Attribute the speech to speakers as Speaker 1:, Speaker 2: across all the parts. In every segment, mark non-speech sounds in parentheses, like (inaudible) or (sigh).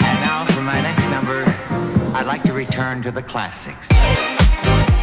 Speaker 1: And now for my next number, I'd like to return to the classics.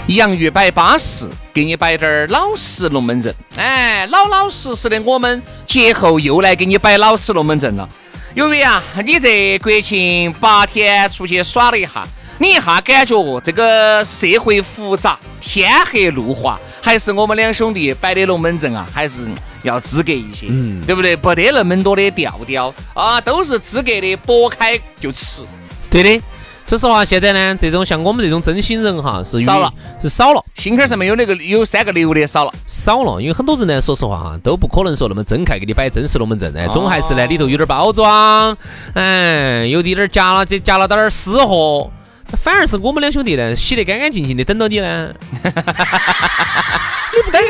Speaker 2: 洋芋摆巴适，给你摆点儿老实龙门阵。哎，老老实实的，我们节后又来给你摆老实龙门阵了。由于啊，你这国庆八天出去耍了一下，你一下感觉这个社会复杂，天黑路滑，还是我们两兄弟摆的龙门阵啊，还是要资格一些，嗯，对不对？不得那么多的调调啊，都是资格的，拨开就吃。
Speaker 3: 对的。说实话，现在呢，这种像我们这种真心人哈，是
Speaker 2: 少了，
Speaker 3: 是少了，
Speaker 2: 心坎儿上面有那个有三个六的少了。
Speaker 3: 少了。因为很多人呢，说实话哈，都不可能说那么真开给你摆真实龙门阵，哎，总还
Speaker 2: 哦
Speaker 3: 是呢里头有点包装，哎，有滴点儿夹了这夹了点儿私货。反而是我们两兄弟呢，洗得干干净净的，等到你呢。
Speaker 2: 等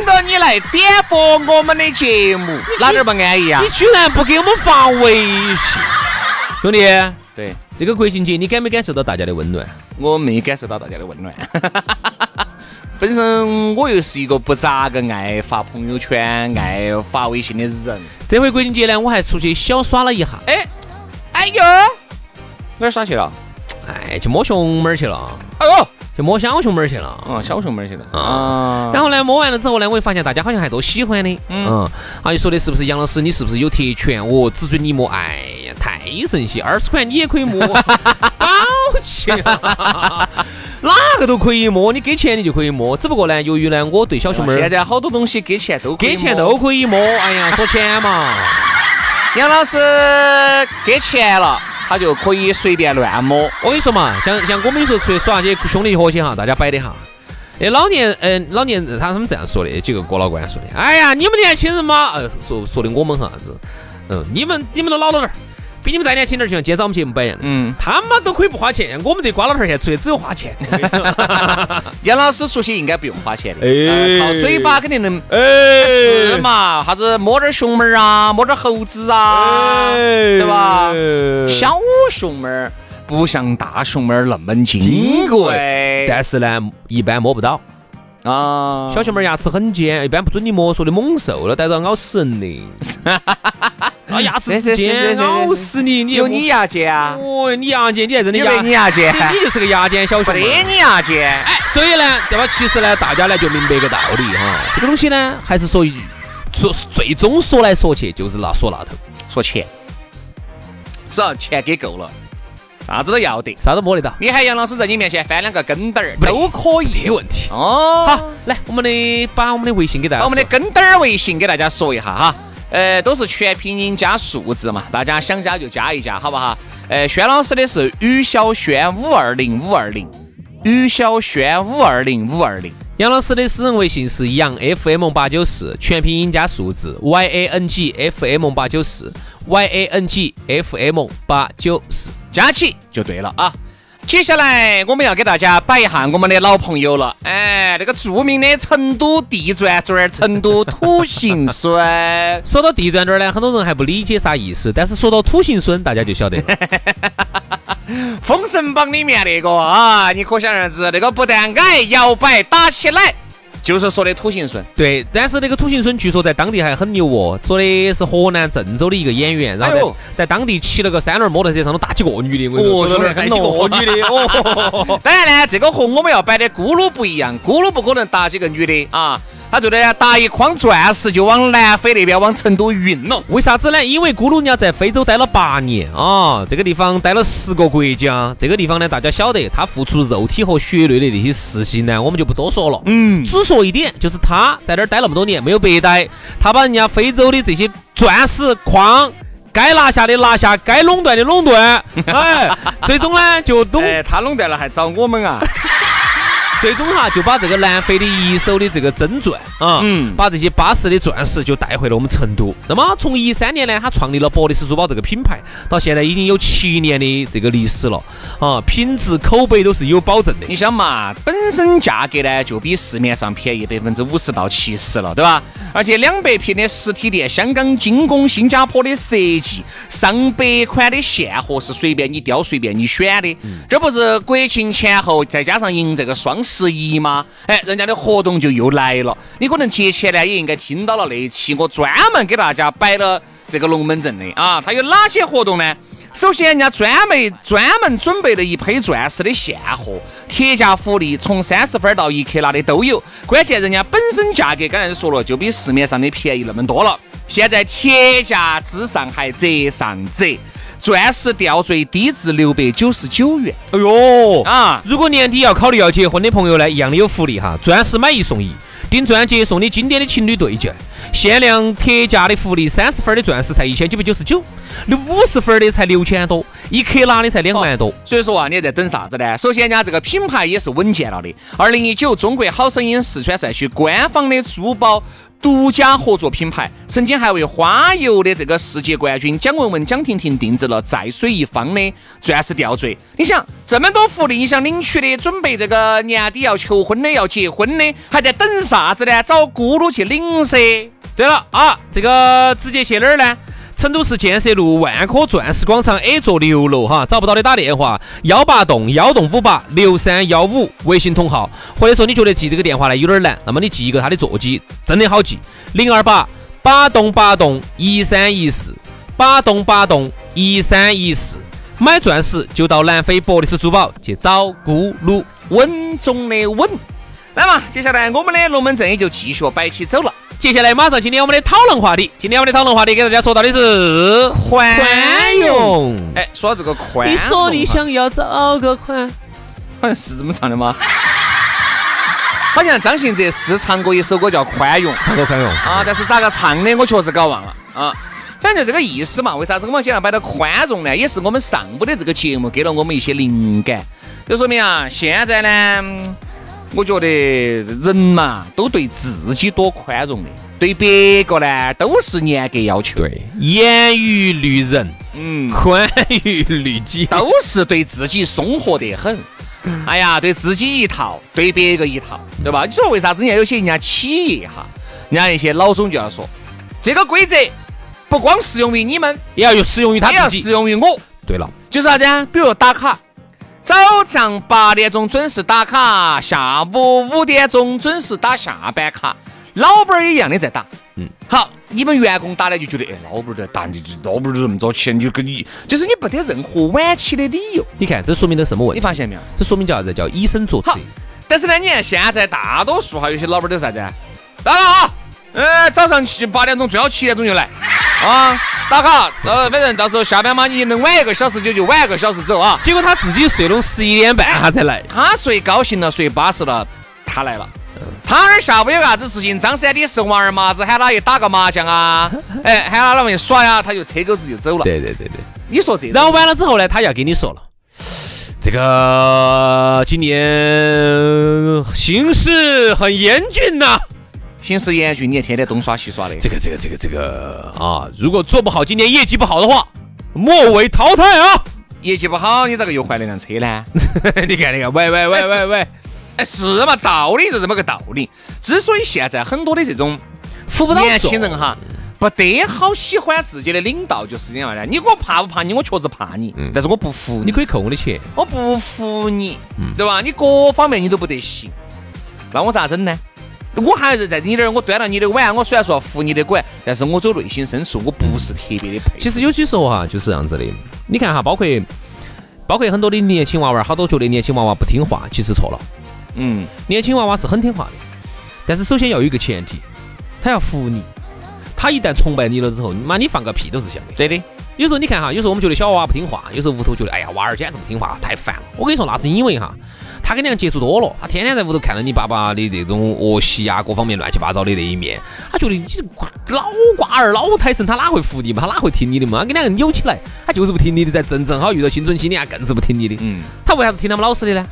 Speaker 2: 到你来点播我们的节目，哪点儿不安逸啊
Speaker 3: (laughs) 你？居然不给我们发微信， (laughs) 兄弟，
Speaker 2: 对
Speaker 3: 这个国庆节你感没感受到大家的温暖？
Speaker 2: 我没感受到大家的温暖。 (laughs) 本身我又是一个不咋个爱发朋友圈、爱发微信的人。
Speaker 3: 这回国庆节呢，我还出去小耍了一下，
Speaker 2: 哎，哎呦，哪儿耍去了？
Speaker 3: 哎，去摸熊猫儿去了，
Speaker 2: 哎呦，
Speaker 3: 去摸小熊猫儿去了。
Speaker 2: 嗯，小熊猫儿去了
Speaker 3: 啊
Speaker 2: 啊。
Speaker 3: 然后呢，摸完了之后呢，我就发现大家好像还都喜欢的，嗯，他就说的是不是杨老师，你是不是有特权？哦，只准你摸，哎呀，太神奇，二十块你也可以 (laughs) 摸，好气啊！ (laughs) 哪个都可以摸，你给钱你就可以摸，只不过呢，由于呢，我对小熊猫
Speaker 2: 现
Speaker 3: 儿
Speaker 2: 在好多东西给钱都可以
Speaker 3: 给钱
Speaker 2: 摸
Speaker 3: 都可以摸，哎呀，说钱嘛，
Speaker 2: 杨老师给钱了，他就可以随便乱摸。
Speaker 3: 我跟你说嘛，像像我们有时候出去耍，这些兄弟伙计哈，大家摆的哈。那老年，嗯、老年人他他们这样说的，几个郭老官说的，哎呀，你们年轻人嘛，呃，说说的我们哈是，嗯，你们你们都老了点儿，比你们再年轻点儿，就像今天早我们节目摆一样的，
Speaker 2: 嗯，
Speaker 3: 他们都可以不花钱，我们这瓜老头儿现在出去只有花
Speaker 2: (laughs)
Speaker 3: 钱，
Speaker 2: 杨老师出去应该不用花钱的，
Speaker 4: 哎
Speaker 2: 呃靠嘴巴肯定能。
Speaker 3: (laughs)
Speaker 4: 哎
Speaker 2: 是嘛？啥子摸点熊猫儿啊，摸点猴子啊，
Speaker 3: 哎
Speaker 2: 对吧？小熊猫儿不像大熊猫儿那么金贵
Speaker 3: 但是呢，一般摸不到，
Speaker 2: 啊。
Speaker 3: 小熊猫儿牙齿很尖，一般不准你摸，说的猛兽了，逮着咬死人的，
Speaker 2: (laughs)
Speaker 3: 啊，牙齿之
Speaker 2: 是是是是
Speaker 3: 尖，
Speaker 2: 是
Speaker 3: 咬死你，你
Speaker 2: 有你牙尖啊？
Speaker 3: 哦，你牙尖，你还真的
Speaker 2: 有
Speaker 3: 牙
Speaker 2: 没你牙尖？
Speaker 3: 你 (laughs) 你就是个牙尖小
Speaker 2: 不
Speaker 3: 熊
Speaker 2: 得
Speaker 3: 猫。
Speaker 2: 你牙尖。
Speaker 3: 哎，所以呢，那么其实呢，大家呢就明白一个道理哈，这个东西呢，还是说一说最终说来说去就是那说那头，
Speaker 2: 说钱，只要钱给够了，啥子都要得。
Speaker 3: 啥都摸得到，
Speaker 2: 你喊杨老师在你面前翻两个跟斗儿
Speaker 3: 不得
Speaker 2: 都可以。
Speaker 3: 没问题。
Speaker 2: 哦，
Speaker 3: 好，来我们的把我们的微信给大家
Speaker 2: 把
Speaker 3: 说，
Speaker 2: 我们的跟斗儿微信给大家说一下哈，呃，都是全拼音加数字嘛，大家想加就加一加，好不好？呃，轩老师的是于小轩五二零五二零，于小轩五二零五二零。
Speaker 3: 杨老师的私人微信是杨 FM 八九四，全拼音加数字 Y A N G F M 八九四 Y A N G F M 八九四。
Speaker 2: 加起就对了啊。接下来我们要给大家摆一下我们的老朋友了，哎，那个著名的成都地转转、成都土行孙，
Speaker 3: 说到地段这儿呢，很多人还不理解啥意思，但是说到土行孙，大家就晓得了。
Speaker 2: 《封神榜》里面那个啊，你可想而知，那个不但矮、摇摆、打起来，就是说的土行孙。
Speaker 3: (laughs) 对，但是那个土行孙据说在当地还很牛哦，说的是河南郑州的一个演员，然后在、
Speaker 2: 哎呦
Speaker 3: 在当地骑了个三轮摩托车，上头搭几个女的，我跟你
Speaker 2: 哦
Speaker 3: 说，
Speaker 2: 说得
Speaker 3: 搭
Speaker 2: 很
Speaker 3: 几个女的，哦， (laughs)
Speaker 2: 当然呢，这个和我们要摆的咕噜不一样，咕噜不可能搭几个女的啊。他就呢打一筐钻石就往南非那边往成都运了。
Speaker 3: 为啥子呢？因为咕噜鸟在非洲待了八年啊、这个地方待了十个国家，这个地方呢，大家晓得他付出肉体和血泪的那些事情呢，我们就不多说了。嗯，只说一点，就是他在那儿待那么多年没有白待，他把人家非洲的这些钻石矿。该拿下的拿下，该垄断的垄断，哎，最终呢就垄
Speaker 2: 哎，他弄断了还找我们啊？
Speaker 3: 最终哈就把这个南非的一手的这个真钻啊，
Speaker 2: 嗯
Speaker 3: 把这些巴适的钻石就带回了我们成都。那么从一三年呢，他创立了博利斯珠宝这个品牌，到现在已经有七年的这个历史了啊，品质口碑都是有保证的。
Speaker 2: 你想嘛，本身价格呢就比市面上便宜百分之五十到七十了，对吧？而且两百平的实体店，香港精工、新加坡的设计，上百款的现货是随便你挑、随便你选的。这不是国庆前后再加上迎这个双十一吗？哎，人家的活动就又来了。你可能节前呢也应该听到了那一期，我专门给大家摆了这个龙门阵的啊，它有哪些活动呢？首先，人家专门专门准备了一批钻石的现货，铁价福利从三十分到一克拉的都有。关键人家本身价格刚才说了，就比市面上的便宜那么多了。现在铁价之上还折上折，钻石吊坠低至六百九十九元
Speaker 3: 哎呦
Speaker 2: 啊！
Speaker 3: 如果年底要考虑要结婚的朋友呢，一样的有福利哈，钻石买一送一，顶钻戒送你经典的情侣对戒，限量特价的福利，三十分的钻石才一千九百九十九，六五十分的才六千多，一克拉的才两万多。
Speaker 2: 所以说啊，你还在等啥子呢？首先，人家这个品牌也是稳健了的。二零一九中国好声音四川赛区官方的珠宝独家合作品牌，曾经还为花游的这个世界冠军蒋雯雯、蒋婷婷定制了在水一方的钻石吊坠。你想这么多福利，你想领取的，准备这个年底要求婚的、要结婚的，还在等啥子呢？找咕噜去领噻！
Speaker 3: 对了啊，这个直接去哪儿呢？成都市建设路万科钻石广场 A 座六楼哈，找不到的打电话幺八栋幺栋五八六三幺五微信同号，或者说你觉得记这个电话呢有点难，那么你记一个它的座机，真的好记，零二八八栋八栋一三一四八栋八栋一三一四，买钻石就到南非博利斯珠宝去找咕噜。
Speaker 2: 稳中的稳。那么接下来我们的龙门阵也就继续摆起走了。
Speaker 3: 接下来马上今天我们的讨论话题，今天我们的讨论话题给大家说到的是
Speaker 2: 宽容。哎，说到这个宽，
Speaker 3: 你说你，想要找个款，
Speaker 2: 好像 (laughs) 是这么唱
Speaker 3: (laughs)
Speaker 2: 的吗？好像张信哲是唱过一首歌叫《宽容》
Speaker 3: 唱个宽容。
Speaker 2: 啊，但是咋个唱的我确实搞忘了啊。反正这个意思嘛，为啥子我们今天摆到宽容呢？也是我们上午的这个节目给了我们一些灵感，就说明啊，现在呢，嗯我觉得人嘛都对自己多宽容的，对别个呢都是严格要求。
Speaker 3: 对，严于律人，
Speaker 2: 嗯。
Speaker 3: 宽于律己。
Speaker 2: 都是对自己松活得很。哎呀，对自己一套，对别个一套，对吧？你说为啥子人家有些人家企业哈，人家一些老总就要说，这个规则不光适用于你们，
Speaker 3: 也要适用于
Speaker 2: 也要适。用于我。
Speaker 3: 对了，
Speaker 2: 就是啥子啊？比如打卡，早上八点钟准时打卡，下午五点钟准时打下班卡。老板儿也一样的在打，嗯，好，你们员工打呢就觉得，哎，老板儿在打，你就老板儿这么早起来，你就跟你，就是你没得任何晚起的理由，
Speaker 3: 你看这说明了什么问
Speaker 2: 你
Speaker 3: 题？
Speaker 2: 发现没有？
Speaker 3: 这说明叫啥子？叫以身作则
Speaker 2: 好。但是呢，你看现在大多数哈，有些老板儿都是啥子啊？打卡啊，呃，早上七八点钟，最好七点钟就来啊，打卡，呃，反正到时候下班嘛，你能晚一个小时就就晚一个小时走啊。
Speaker 3: 结果他自己睡到十一点半他才来，
Speaker 2: 他睡高兴了，睡巴适了，他来了。他那儿下午有啥子事情，张三李四王二麻子喊他去打个麻
Speaker 3: (laughs)
Speaker 2: 将啊，哎，喊他那么一耍呀，他就车钩子就走了。
Speaker 3: 对对对对。
Speaker 2: 你说这种，
Speaker 3: 然后完了之后呢，他要跟你说了，这个今年形势很严峻呐、
Speaker 2: 平时严峻，你也天天东耍西耍的，
Speaker 3: 这个这个这个这个啊，如果做不好，今年业绩不好的话，末尾淘汰啊！ (laughs)
Speaker 2: 业绩不好，你咋个又换了辆车呢？
Speaker 3: 你看你看，喂喂喂喂喂，
Speaker 2: 哎，是嘛，道理就这么个道理。之所以现在很多的这种
Speaker 3: 扶不到
Speaker 2: 年
Speaker 3: 重
Speaker 2: 轻人哈，不得好喜欢自己的领导，就是这样的。你我怕不怕你？我确实怕你，但是我不服
Speaker 3: 嗯你
Speaker 2: 你，
Speaker 3: 可以嗯扣我的钱。
Speaker 2: 我不服你，对吧？你各方面你都不得行，那我咋整呢？我还是在你那儿，我端了你的碗，我虽然说要服你的管，但是我走内心深处，我不是特别的配。
Speaker 3: 其实有些时候哈，就是这样子的。你看哈，包括包括很多的年轻娃娃儿，好多觉得年轻娃娃不听话，其实错了。
Speaker 2: 嗯，
Speaker 3: 年轻娃娃是很听话的，
Speaker 5: 但是首先要有一个前提，他要服你。他一旦崇拜你了之后，你妈你放个屁都是香的。
Speaker 2: 对的，
Speaker 5: 有时候你看哈，有时候我们觉得小娃娃不听话，有时候屋头觉得哎呀娃儿简直不听话，太烦了。我跟你说，那是因为哈，他跟娘接触多了，他天天在屋头看到你爸爸的这种恶习啊，各方面乱七八糟的那一面，他觉得你这瓜老瓜儿老胎神，他哪会服你嘛？他哪会听你的嘛？他跟两个人扭起来，他就是不听你的。在正正好遇到青春期，你还更是不听你的。
Speaker 2: 嗯，
Speaker 5: 他为啥子听他们老师的呢？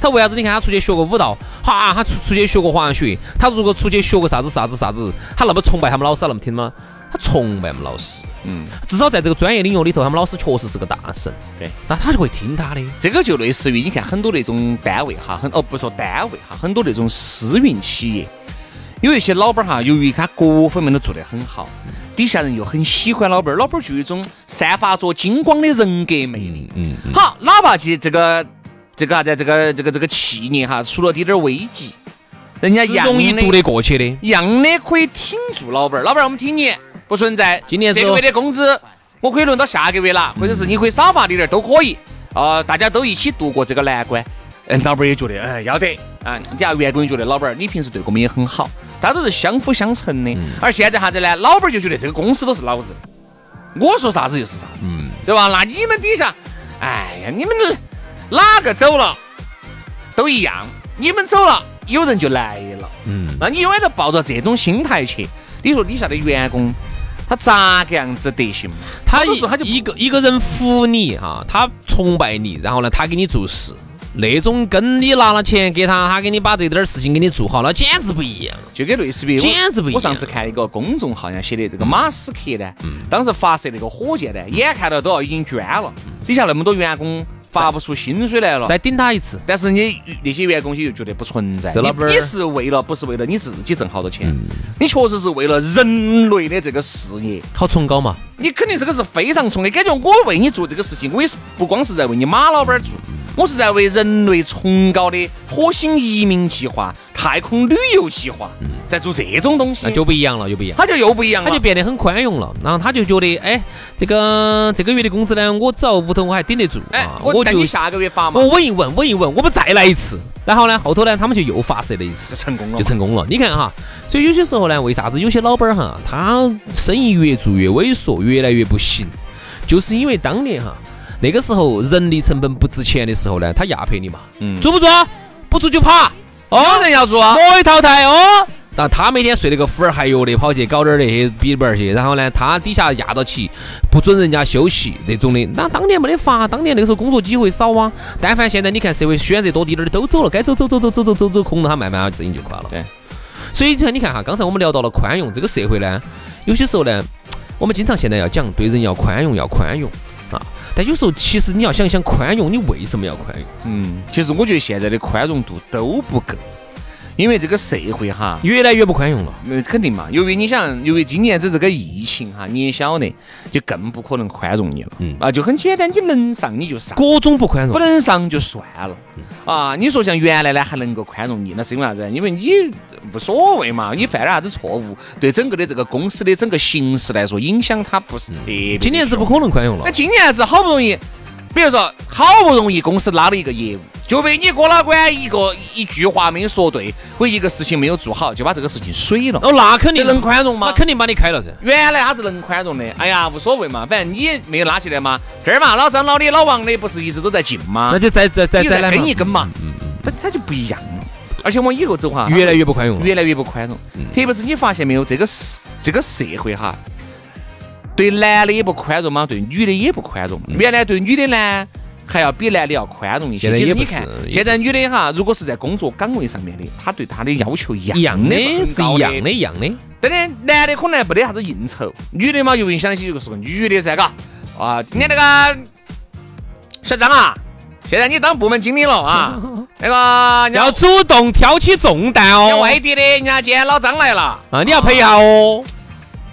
Speaker 5: 他为啥子？你看他出去学个舞蹈，哈，他出出去学个滑雪，他如果出去学个啥子啥子啥子，他那么崇拜他们老师，他那么听吗？他崇拜我们老师，
Speaker 2: 嗯，
Speaker 5: 至少在这个专业领域里头，他们老师确实是个大神，
Speaker 2: 对，
Speaker 5: 那他就会听他的，
Speaker 2: 这个就类似于你看很多那种单位哈，很哦不说单位哈，很多那种私营企业，有一些老板儿哈，由于他各方面都做得很好，底下人又很喜欢老板儿，老板儿就有一种散发着金光的人格魅力。
Speaker 5: 嗯，
Speaker 2: 好，哪怕去这个这个啥子这个这个这个企业哈，出了点点儿危机，人家
Speaker 5: 始终一
Speaker 2: 样的
Speaker 5: 读得过去的。
Speaker 2: 一样的可以挺住老板儿，老板儿我们挺你不存在，
Speaker 5: 今年
Speaker 2: 这个
Speaker 5: 走
Speaker 2: 月的工资我可以轮到下个月了，或者是你可以少发点点儿都可以，呃，大家都一起度过这个难关。嗯，老板儿也觉得，哎，要得啊，底下员工也觉得，老板儿你平时对我们也很好，大家都是相辅相成的。而现在啥子呢？老板儿就觉得这个公司都是老子的，我说啥子就是啥子，对吧？那你们底下，哎呀，你们哪个走了都一样，你们走了有人就来了。
Speaker 5: 嗯
Speaker 2: 那你永远都抱着这种心态去，你说底下的员工他咋个样子得行嘛？
Speaker 5: 他
Speaker 2: 都
Speaker 5: 一
Speaker 2: 是他就
Speaker 5: 一个一个人服你哈、他崇拜你，然后呢，他给你做事，那种跟你拿了钱给他，他给你把这点儿事情给你做好了，简直不一样。
Speaker 2: 就跟类似于我
Speaker 5: 简直不一样嗯
Speaker 2: 我上次看一个公众号上写的这个马斯克呢，当时发射那个火箭呢，眼看到都要已经捐了，
Speaker 5: 嗯
Speaker 2: 底下那么多员工发不出薪水来了。
Speaker 5: 再顶他一次，
Speaker 2: 但是你那些员工些又觉得不存在，
Speaker 5: 这
Speaker 2: 你
Speaker 5: 老板儿嗯
Speaker 2: 你是为了不是为了你自己挣好多钱，你确实是为了人类的这个事业，
Speaker 5: 好崇高嘛。
Speaker 2: 你肯定这个是非常冲的，感觉我为你做这个事情，我也是不光是在为你马老板儿做，我是在为人类崇高的火星移民计划、太空旅游计划，在做这种东西
Speaker 5: 嗯那，就不一样了，就不一样。
Speaker 2: 他就又不一样了，
Speaker 5: 他就变得很宽容了，然后他就觉得，哎，这个这个月的工资呢，我只要屋头我还顶得住，
Speaker 2: 哎
Speaker 5: 啊，
Speaker 2: 我
Speaker 5: 我
Speaker 2: 等
Speaker 5: 就
Speaker 2: 你下个月发嘛
Speaker 5: 我，稳一稳，稳一稳，我们再来一次。然后呢，后头呢，他们就又发射了一次
Speaker 2: 就，成功了
Speaker 5: 就。成功了。你看哈，所以有些时候呢，为啥子有些老板儿哈，他生意越做越萎缩，越来越不行，就是因为当年哈那个时候人力成本不值钱的时候呢，他压迫你嘛，
Speaker 2: 嗯
Speaker 5: 做不做？不做就爬，
Speaker 2: 有人要做啊，
Speaker 5: 我一淘汰哦。那他每天睡那个呼儿还哟的，跑去搞点儿那些笔本儿去，然后呢，他底下压到起，不准人家休息那种的。那当年没得法，当年那个时候工作机会少啊。但凡现在你看社会选择多低点儿的都走了，该走走走走走走走走空了，他慢慢自己就垮了。
Speaker 2: 对。
Speaker 5: 所以你看哈，刚才我们聊到了宽容，这个社会呢，有些时候呢，我们经常现在要讲对人要宽容，要宽容啊。但有时候其实你要想一想，宽容你为什么要宽容？
Speaker 2: 嗯，其实我觉得现在的宽容度都不够，因为这个社会哈，
Speaker 5: 越来越不宽容了。
Speaker 2: 嗯，肯定嘛。由于你想，由于今年子这个疫情哈，你也晓得，就更不可能宽容你了。
Speaker 5: 嗯
Speaker 2: 啊，就很简单，你能上你就上，
Speaker 5: 各种不宽容
Speaker 2: 不。能上就算了。
Speaker 5: 嗯
Speaker 2: 啊，你说像原来呢还能够宽容你，那是因为啥子？因为你无所谓嘛，你犯了啥子错误，对整个的这个公司的整个形势来说，影响它不是特别。
Speaker 5: 嗯今年子不。可能宽容了
Speaker 2: 那。今年子好不容易，比如说好不容易公司拉了一个业务，就被你郭老官一个一句话没有说对，或者一个事情没有做好，就把这个事情水了。
Speaker 5: 哦，那肯定
Speaker 2: 这能宽容吗
Speaker 5: 那肯定把你开了噻。
Speaker 2: 原来他是能宽容的，哎呀，无所谓嘛，反正你也没拉起来嘛。这儿嘛，老张、老李、老王的不是一直都在进吗？
Speaker 5: 那就再再再
Speaker 2: 你
Speaker 5: 再来
Speaker 2: 跟一
Speaker 5: 嘛，嗯
Speaker 2: 根嘛，他他就不一样了。而且往以后走哈，
Speaker 5: 越来嗯越不宽容了。
Speaker 2: 越来越不宽容。特别是你发现没有，这个社这个社会哈，对男的也不宽容嘛，对女的也不宽容。原来对女的呢，还要比男的要宽容一些。
Speaker 5: 嗯现在
Speaker 2: 其
Speaker 5: 也
Speaker 2: 实
Speaker 5: 不
Speaker 2: 你
Speaker 5: 是
Speaker 2: 看
Speaker 5: 也不，是
Speaker 2: 现在女的哈，如果是在工作岗位上面的，她对她的要求一
Speaker 5: (laughs)
Speaker 2: 样
Speaker 5: 一样的
Speaker 2: 是很
Speaker 5: 是
Speaker 2: 高
Speaker 5: 一样的，一样的。
Speaker 2: 对的，男的可能还没得啥子应酬，女的嘛又影响起就是个女的噻，嘎。啊，今天那个小张啊，现在你当部门经理了 (laughs) 啊，那个人家
Speaker 5: 要主动挑起重担
Speaker 2: 人家
Speaker 5: 哦。
Speaker 2: 外地的，人家今天老张来了。
Speaker 5: 啊，你要配合哦。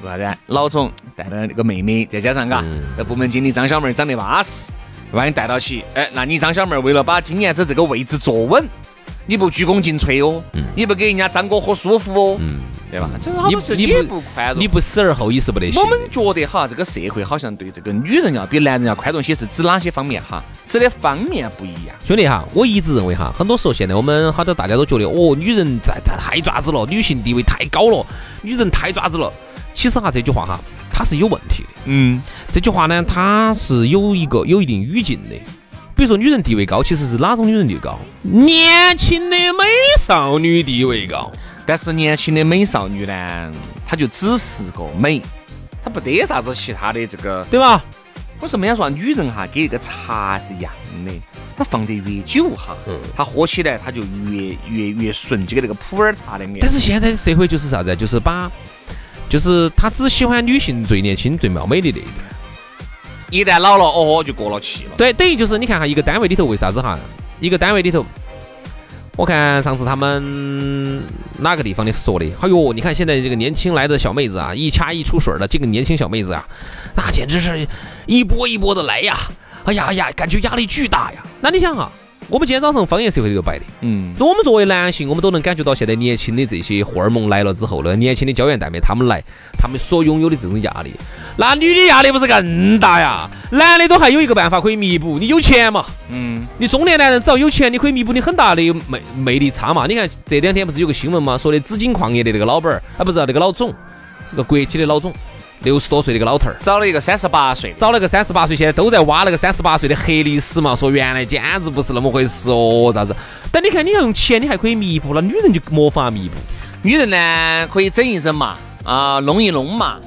Speaker 2: 啥子？老总带着那个妹妹，再加上嘎，那部门经理张小妹儿长得巴适，把你带到起。哎，那你张小妹儿为了把今年子这个位置坐稳，你不鞠躬尽瘁哦，你不给人家张哥喝舒服哦，对吧？嗯这个好多事情也不宽容。
Speaker 5: 嗯你不死而后已是不得行
Speaker 2: 我
Speaker 5: 的。
Speaker 2: 们觉得哈，这个社会好像对这个女人要比男人要宽容些，是指哪些方面哈？指的方面不一样。
Speaker 5: 兄弟哈，我一直认为哈，很多时候现在我们好多大家都觉得哦，女人在在太爪子了，女性地位太高了，女人太爪子了。其实哈，这句话哈，它是有问题的。
Speaker 2: 嗯，
Speaker 5: 这句话呢，它是有一个有一定语境的。比如说，女人地位高，其实是哪种女人地位高？年轻的美少女地位高。
Speaker 2: 但是年轻的美少女呢，她就只是个美，她不得啥子其他的这个。
Speaker 5: 对吧？
Speaker 2: 我说人家说啊女人哈，跟一个茶是一样的，她放得越久哈，她喝起来她就越越越顺，就跟那个普洱茶的面。
Speaker 5: 但是现在的社会就是啥子啊？就是把，就是他只喜欢女性最年轻、最貌美的那一点。
Speaker 2: 一旦老了，哦，就过了气了。
Speaker 5: 对，等于就是你看哈，一个单位里头为啥子哈？一个单位里头，我看上次他们哪个地方的说的，哎呦，你看现在这个年轻来的小妹子啊，一掐一出水的，这个年轻小妹子啊，那简直是一波一波的来呀！哎呀哎呀，感觉压力巨大呀。那你想哈、我们今天早上方言社会里头摆的，
Speaker 2: 嗯，
Speaker 5: 我们作为男性，我们都能感觉到现在年轻的这些荷尔蒙来了之后呢，年轻的胶原蛋白他们来，他们所拥有的这种压力，那女的压力不是更大呀？男的都还有一个办法可以弥补，你有钱嘛？
Speaker 2: 嗯，
Speaker 5: 你中年男人只要有钱，你可以弥补你很大的魅魅力差嘛？你看这两天不是有个新闻嘛，说的紫金矿业的那个老板儿啊，不是那个老总，是个国企的老总，六十多岁的一个老头儿。
Speaker 2: 找了一个三十八岁的，
Speaker 5: 找了个三十八岁，现在都在挖那个三十八岁的黑历史嘛，说原来简直不是那么回事哦，咋子？但你看，你要用钱，你还可以弥补了，女人就没法弥补。
Speaker 2: 女人呢可以整一整嘛，啊，弄一弄嘛。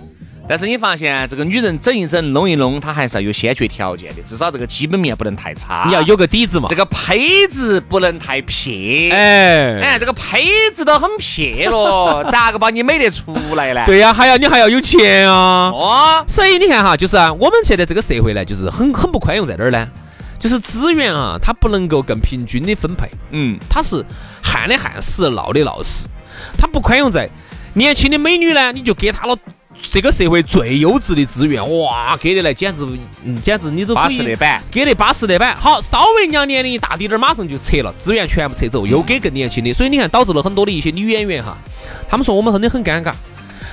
Speaker 2: 但是你发现这个女人整一整、弄一弄，她还是要有先决条件的，至少这个基本面不能太差，
Speaker 5: 你要有个底子嘛
Speaker 2: 啊这。个胚子不能太撇。
Speaker 5: 哎，
Speaker 2: 哎，这个胚子都很撇了，咋个把你美得出来呢？，
Speaker 5: 对呀、还要你还要有钱啊。
Speaker 2: 哦，
Speaker 5: 所以你看哈，就是啊，我们现在这个社会呢，就是很很不宽容在哪儿呢？就是资源啊，它不能够更平均的分配。
Speaker 2: 嗯，
Speaker 5: 它是旱的旱死，涝的涝死，它不宽容在年轻的美女呢，你就给她了这个社会最优质的资源，哇，给得来简直，嗯，简直你都
Speaker 2: 巴
Speaker 5: 可以
Speaker 2: 适的板，
Speaker 5: 给得巴适的板。好，稍微人家年龄一大滴点儿，马上就撤了，资源全部撤走，又给更年轻的，所以你看导致了很多的一些女演员哈，他们说我们真的很尴尬。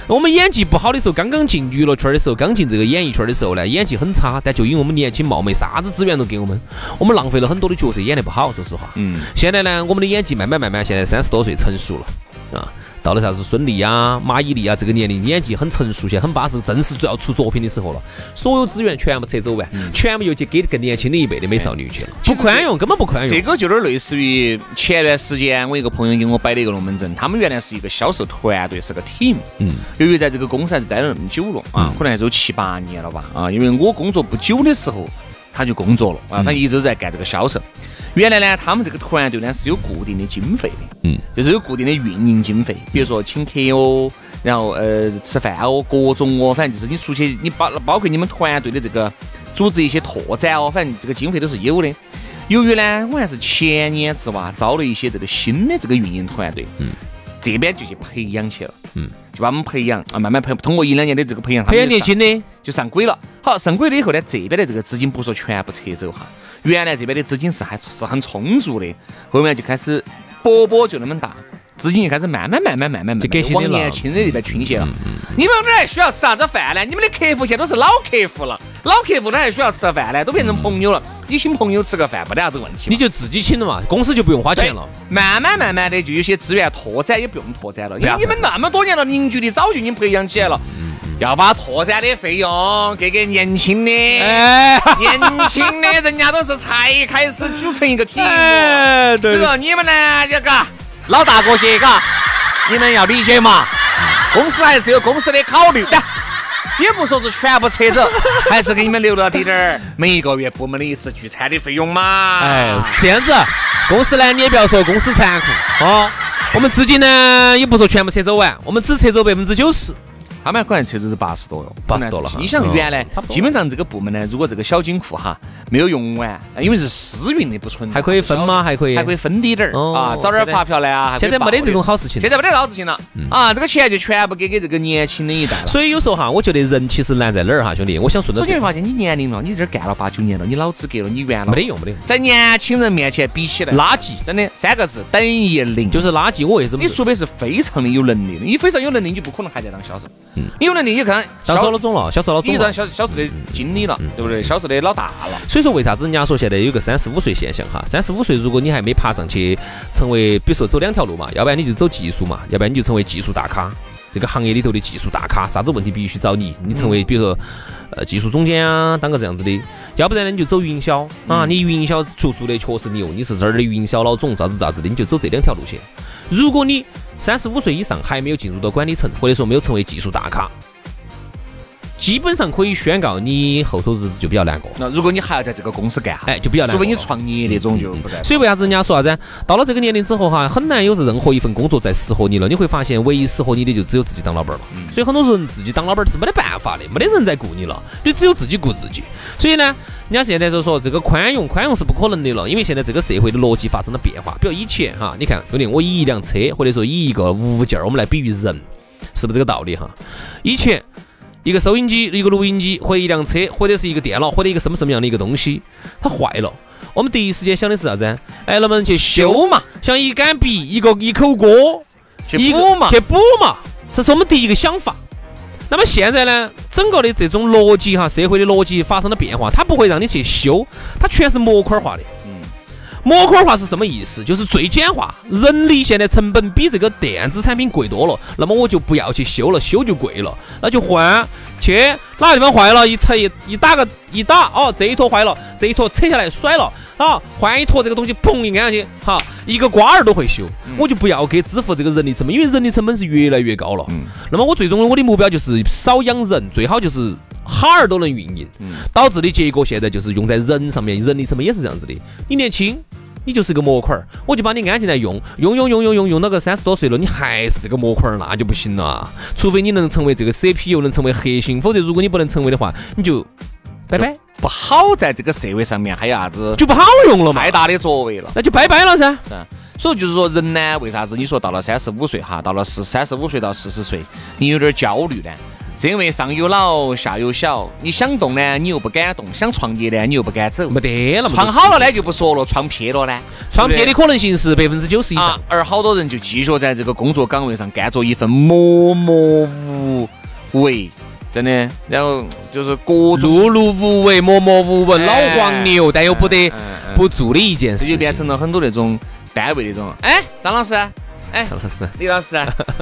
Speaker 5: 我们演技不好的时候，刚刚进娱乐圈的时候，刚进这个演艺圈的时候呢，演技很差，但就因为我们年轻貌美，啥子资源都给我们，我们浪费了很多的角色，演得不好。说实话，
Speaker 2: 嗯，
Speaker 5: 现在呢，我们的演技慢慢慢慢，现在三十多岁成熟了啊，到了啥子孙俪啊、马伊琍啊这个年龄，演技很成熟，现在很巴适，正是主要出作品的时候了。所有资源全部撤走完，
Speaker 2: 嗯
Speaker 5: 全部又去给更年轻的一辈的美少女去了，不宽容，根本不宽
Speaker 2: 这
Speaker 5: 容。
Speaker 2: 个就有点类似于前段时间我一个朋友给我摆了一个龙门阵，他们原来是一个销售团队，是个 team。
Speaker 5: 嗯，
Speaker 2: 由于在这个公司还是待了那么久了啊，可能还是有七八年了吧啊，因为我工作不久的时候他就工作了啊，
Speaker 5: 嗯
Speaker 2: 他一直在干这个销售。原来呢，他们这个团队呢是有固定的经费的，
Speaker 5: 嗯，
Speaker 2: 就是有固定的运营经费，比如说请客哦，然后呃吃饭哦，各种哦，反正就是你出去，你包包括你们团队的这个组织一些拓展哦，反正这个经费都是有的。由于呢，我还是前年子哇招了一些这个新的这个运营团队，嗯，这边就去培养去了，嗯，就把我们培养啊，慢慢培通过一两年的这个培养，他们
Speaker 5: 培养
Speaker 2: 就
Speaker 5: 年
Speaker 2: 上
Speaker 5: 轻的，
Speaker 2: 就上轨了。好，上轨了以后呢，这边的这个资金不说全部撤走哈，原来这边的资金是还是很充足的，后面就开始波波就那么大，资金就开始慢慢慢慢慢慢慢
Speaker 5: 就给
Speaker 2: 慢
Speaker 5: 新的
Speaker 2: 往
Speaker 5: 了嗯
Speaker 2: 年轻的这边倾斜了。你们这还需要吃啥子饭呢？你们的客户现在都是老客户了，老客户他还需要吃饭呢？都变成朋友了，你请朋友吃个饭没得啥子问题嘛。
Speaker 5: 你就自己请了嘛，公司就不用花
Speaker 2: 对
Speaker 5: 钱了。
Speaker 2: 哎慢慢慢慢的就有些资源拓展也不嗯用拓展了，因为
Speaker 5: 要
Speaker 2: 你们那么多年了，凝聚力早就已经培养起来了。要把拓展的费用给给年轻的，
Speaker 5: 哎，
Speaker 2: 年轻的人家都是才开始组成一个 team，、
Speaker 5: 哎，
Speaker 2: 就
Speaker 5: 对
Speaker 2: 是你们呢这个老大哥些，嘎，你们要理解嘛，公司还是有公司的考虑的。也不说是全部撤走，还是给你们留了滴点 (laughs) 儿每一个月部门的一次聚餐的费用嘛。
Speaker 5: (laughs) 哎，这样子，公司呢，你也不要说公司残酷哦。我们资金呢，也不说全部撤走完，我们只撤走百分之九十，
Speaker 2: 他们可能车子是八十多了，
Speaker 5: 80多了哈嗯
Speaker 2: 你想原来
Speaker 5: 差不多
Speaker 2: 基本上这个部门呢，如果这个小金库哈没有用完，因为是私运的不存在，
Speaker 5: 还可以分吗？还可以，
Speaker 2: 还可以分滴点儿
Speaker 5: 哦
Speaker 2: 啊，找点儿发票来啊。还可以
Speaker 5: 现在没得
Speaker 2: 报
Speaker 5: 这种
Speaker 2: 点儿，
Speaker 5: 好事情。嗯
Speaker 2: 现在没得啥事情了啊，这个钱就全部给给这个年轻的一代了。
Speaker 5: 所以有时候哈，我觉得人其实难在哪儿哈，兄弟，我想顺着
Speaker 2: 首
Speaker 5: 这
Speaker 2: 先
Speaker 5: 个
Speaker 2: 发现你年龄了，你这儿干了八九年了，你老资格了，你圆了，
Speaker 5: 没得用，没得用，
Speaker 2: 在年轻人面前比起来，
Speaker 5: 垃圾
Speaker 2: 真的三个字等于零。
Speaker 5: 就是垃圾。我为什么
Speaker 2: 你？除非是非常的有能力的，你非常有能力，你就不可能还在当销售。你有能力，你看
Speaker 5: 嗯当
Speaker 2: 销
Speaker 5: 高老总了，小时候老总
Speaker 2: 你
Speaker 5: 了
Speaker 2: 当销销售的经理了，对不对？销售的老大了。
Speaker 5: 所以说，为啥子人家说现在有个三十五岁现象哈？三十五岁，如果你还没爬上去成为，比如说走两条路嘛，要不然你就走技术嘛，要不然你就成为技术大咖，这个行业里头的技术大咖，啥子问题必须找你，你成为比如说呃技术总监啊，当个这样子的，要不然呢你就走营销啊，你营销做做的确实牛，你是这儿的营销老总，啥子啥子的，你就走这两条路线。如果你三十五岁以上还没有进入到管理层，或者说没有成为技术大咖，基本上可以宣告你后头日子就比较难过。
Speaker 2: 那如果你还要在这个公司干哈，
Speaker 5: 哎，就比较难
Speaker 2: 除
Speaker 5: 过
Speaker 2: 非
Speaker 5: 了。
Speaker 2: 你创业那种就不在。
Speaker 5: 所以为啥子人家说啥子？到了这个年龄之后哈，很难有任何一份工作再适合你了。你会发现，唯一适合你的就只有自己当老板了。
Speaker 2: 嗯
Speaker 5: 所以很多人自己当老板是没得办法的，没得人在顾你了，你只有自己顾自己。所以呢，人家现在就说这个宽容，宽容是不可能的了，因为现在这个社会的逻辑发生了变化。比如以前哈，你看兄弟，我以一辆车或者说以一个物件儿，我们来比喻人，是不是这个道理哈？以前一个收音机、一个录音机，或者一辆车，或者是一个电脑，或者一个什么什么样的一个东西，它坏了，我们第一时间想的是啥子？哎，能不能去修
Speaker 2: 修？嘛，
Speaker 5: 像一杆笔、一个一口锅，
Speaker 2: 去
Speaker 5: 一个
Speaker 2: 补嘛，
Speaker 5: 去补嘛，这是我们第一个想法。那么现在呢，整个的这种逻辑哈，社会的逻辑发生了变化，它不会让你去修，它全是模块化的。
Speaker 2: 嗯
Speaker 5: 模块化是什么意思？就是最简化，人力现在成本比这个电子产品贵多了，那么我就不要去修了，修就贵了，那就换去哪个地方坏了，一拆一一打个一打，哦，这一坨坏了，这一坨扯下来甩了，啊，换一坨这个东西砰一按下去，好，一个瓜儿都会修，我就不要给支付这个人力成本，因为人力成本是越来越高了。那么我最终我的目标就是少养人，最好就是哈儿都能运营，导致的结果现在就是用在人上面，人力成本也是这样子的。你年轻，你就是个模块儿，我就把你安进来用，用用用用用用到个三十多岁了，你还是这个模块儿，那就不行了。除非你能成为这个 CPU，能成为核心，否则如果你不能成为的话，你就拜拜，
Speaker 2: 不好在这个社会上面还有啥子
Speaker 5: 就不好用了嘛
Speaker 2: 太，大的作为了。
Speaker 5: 那就拜拜了噻。
Speaker 2: 嗯，所以就是说，人呢，为啥子你说到了三十五岁哈，到了四三十五岁到四十岁，你有点焦虑呢？是因为上有老下有小，你想动呢，你又不敢动；想创业呢，你又不敢走。
Speaker 5: 没得那么
Speaker 2: 创
Speaker 5: 多，
Speaker 2: 好了呢就不说了，创撇了呢，
Speaker 5: 创
Speaker 2: 对不
Speaker 5: 业
Speaker 2: 对
Speaker 5: 的可能性是百分之九十以
Speaker 2: 啊
Speaker 5: 上。，
Speaker 2: 而好多人就继续在这个工作岗位上干着一份默默无为，真的，然后就是各种
Speaker 5: 碌碌无为，默默无闻，老
Speaker 2: 哎
Speaker 5: 黄牛，但又不得
Speaker 2: 嗯嗯嗯
Speaker 5: 不做的一件事
Speaker 2: 这
Speaker 5: 情
Speaker 2: 就。变成了很多那种单位那种，哎，张老师，哎，
Speaker 5: 老师，
Speaker 2: 李老
Speaker 5: (laughs)
Speaker 2: 师，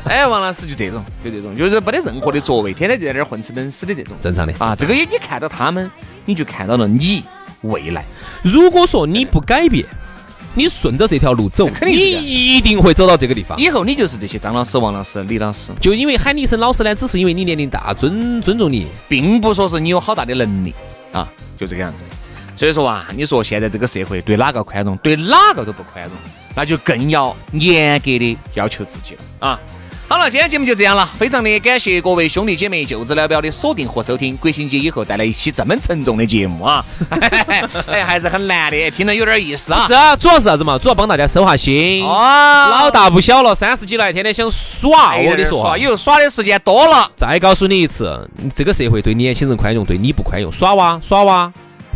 Speaker 2: 哎，王老师就这种，就这种，就是没得任何的作为，天天就在那儿混吃等死的这种。
Speaker 5: 正常的。
Speaker 2: 啊，这个也你看到他们，你就看到了你未来。
Speaker 5: 如果说你不改变，你顺着这条路走，
Speaker 2: 肯
Speaker 5: 你
Speaker 2: 定是这样
Speaker 5: 一定会走到这个地方。
Speaker 2: 以后你就是这些张老师、王老师、李老师，
Speaker 5: 就因为喊你一声老师呢，只是因为你年龄大，尊尊重你。
Speaker 2: 并不说是你有好大的能力啊，就这个样子。所以说啊，你说现在这个社会对哪个宽容，对哪个都不宽容，那就更要严格的要求自己了啊。好了，今天节目就这样了，非常的感谢各位兄弟姐妹就此聊表的锁定和收听。国庆节以后带来一期这么沉重的节目 (laughs) 啊，哎，还是很难的，听着有点意思啊。
Speaker 5: 是啊，主要是啥子嘛？主要帮大家收下心。
Speaker 2: 哦
Speaker 5: 老大不小了，三十几了，还天天想耍。我跟你说啊，
Speaker 2: 以后耍的时间多了，
Speaker 5: 再告诉你一次，这个社会对年轻人宽容，对你不宽容。耍哇耍哇，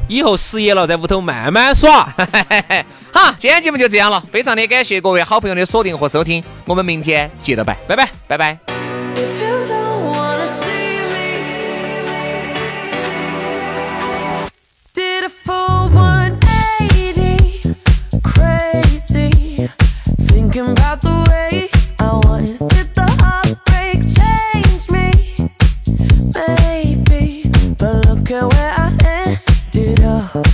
Speaker 5: 以后失业了在屋头慢慢耍。
Speaker 2: (laughs) 好，今天节目就这样了，非常的感谢各位好朋友的锁定和收听，我们明天接着拜，拜拜，拜拜。
Speaker 6: If you don't wanna see me, did a full 180, crazy, thinking about the way I was. Did the heartbreak change me? Maybe, but look at where I ended up.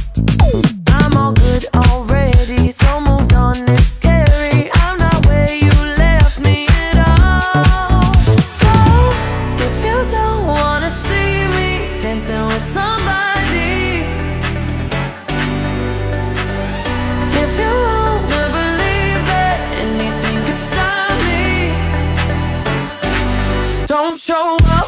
Speaker 6: I'm all good already, so moved on. It's scary. I'm not where you left me at all. So if you don't wanna see me dancing with somebody, if you wanna believe that anything could stop me, don't show up.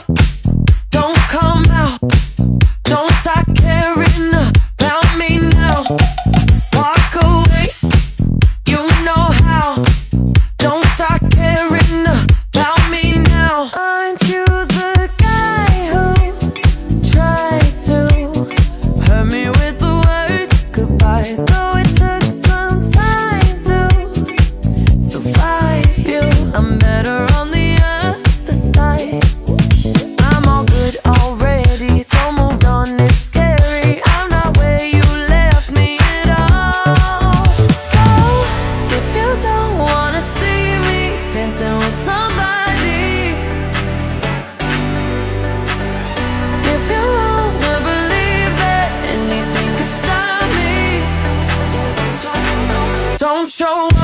Speaker 6: show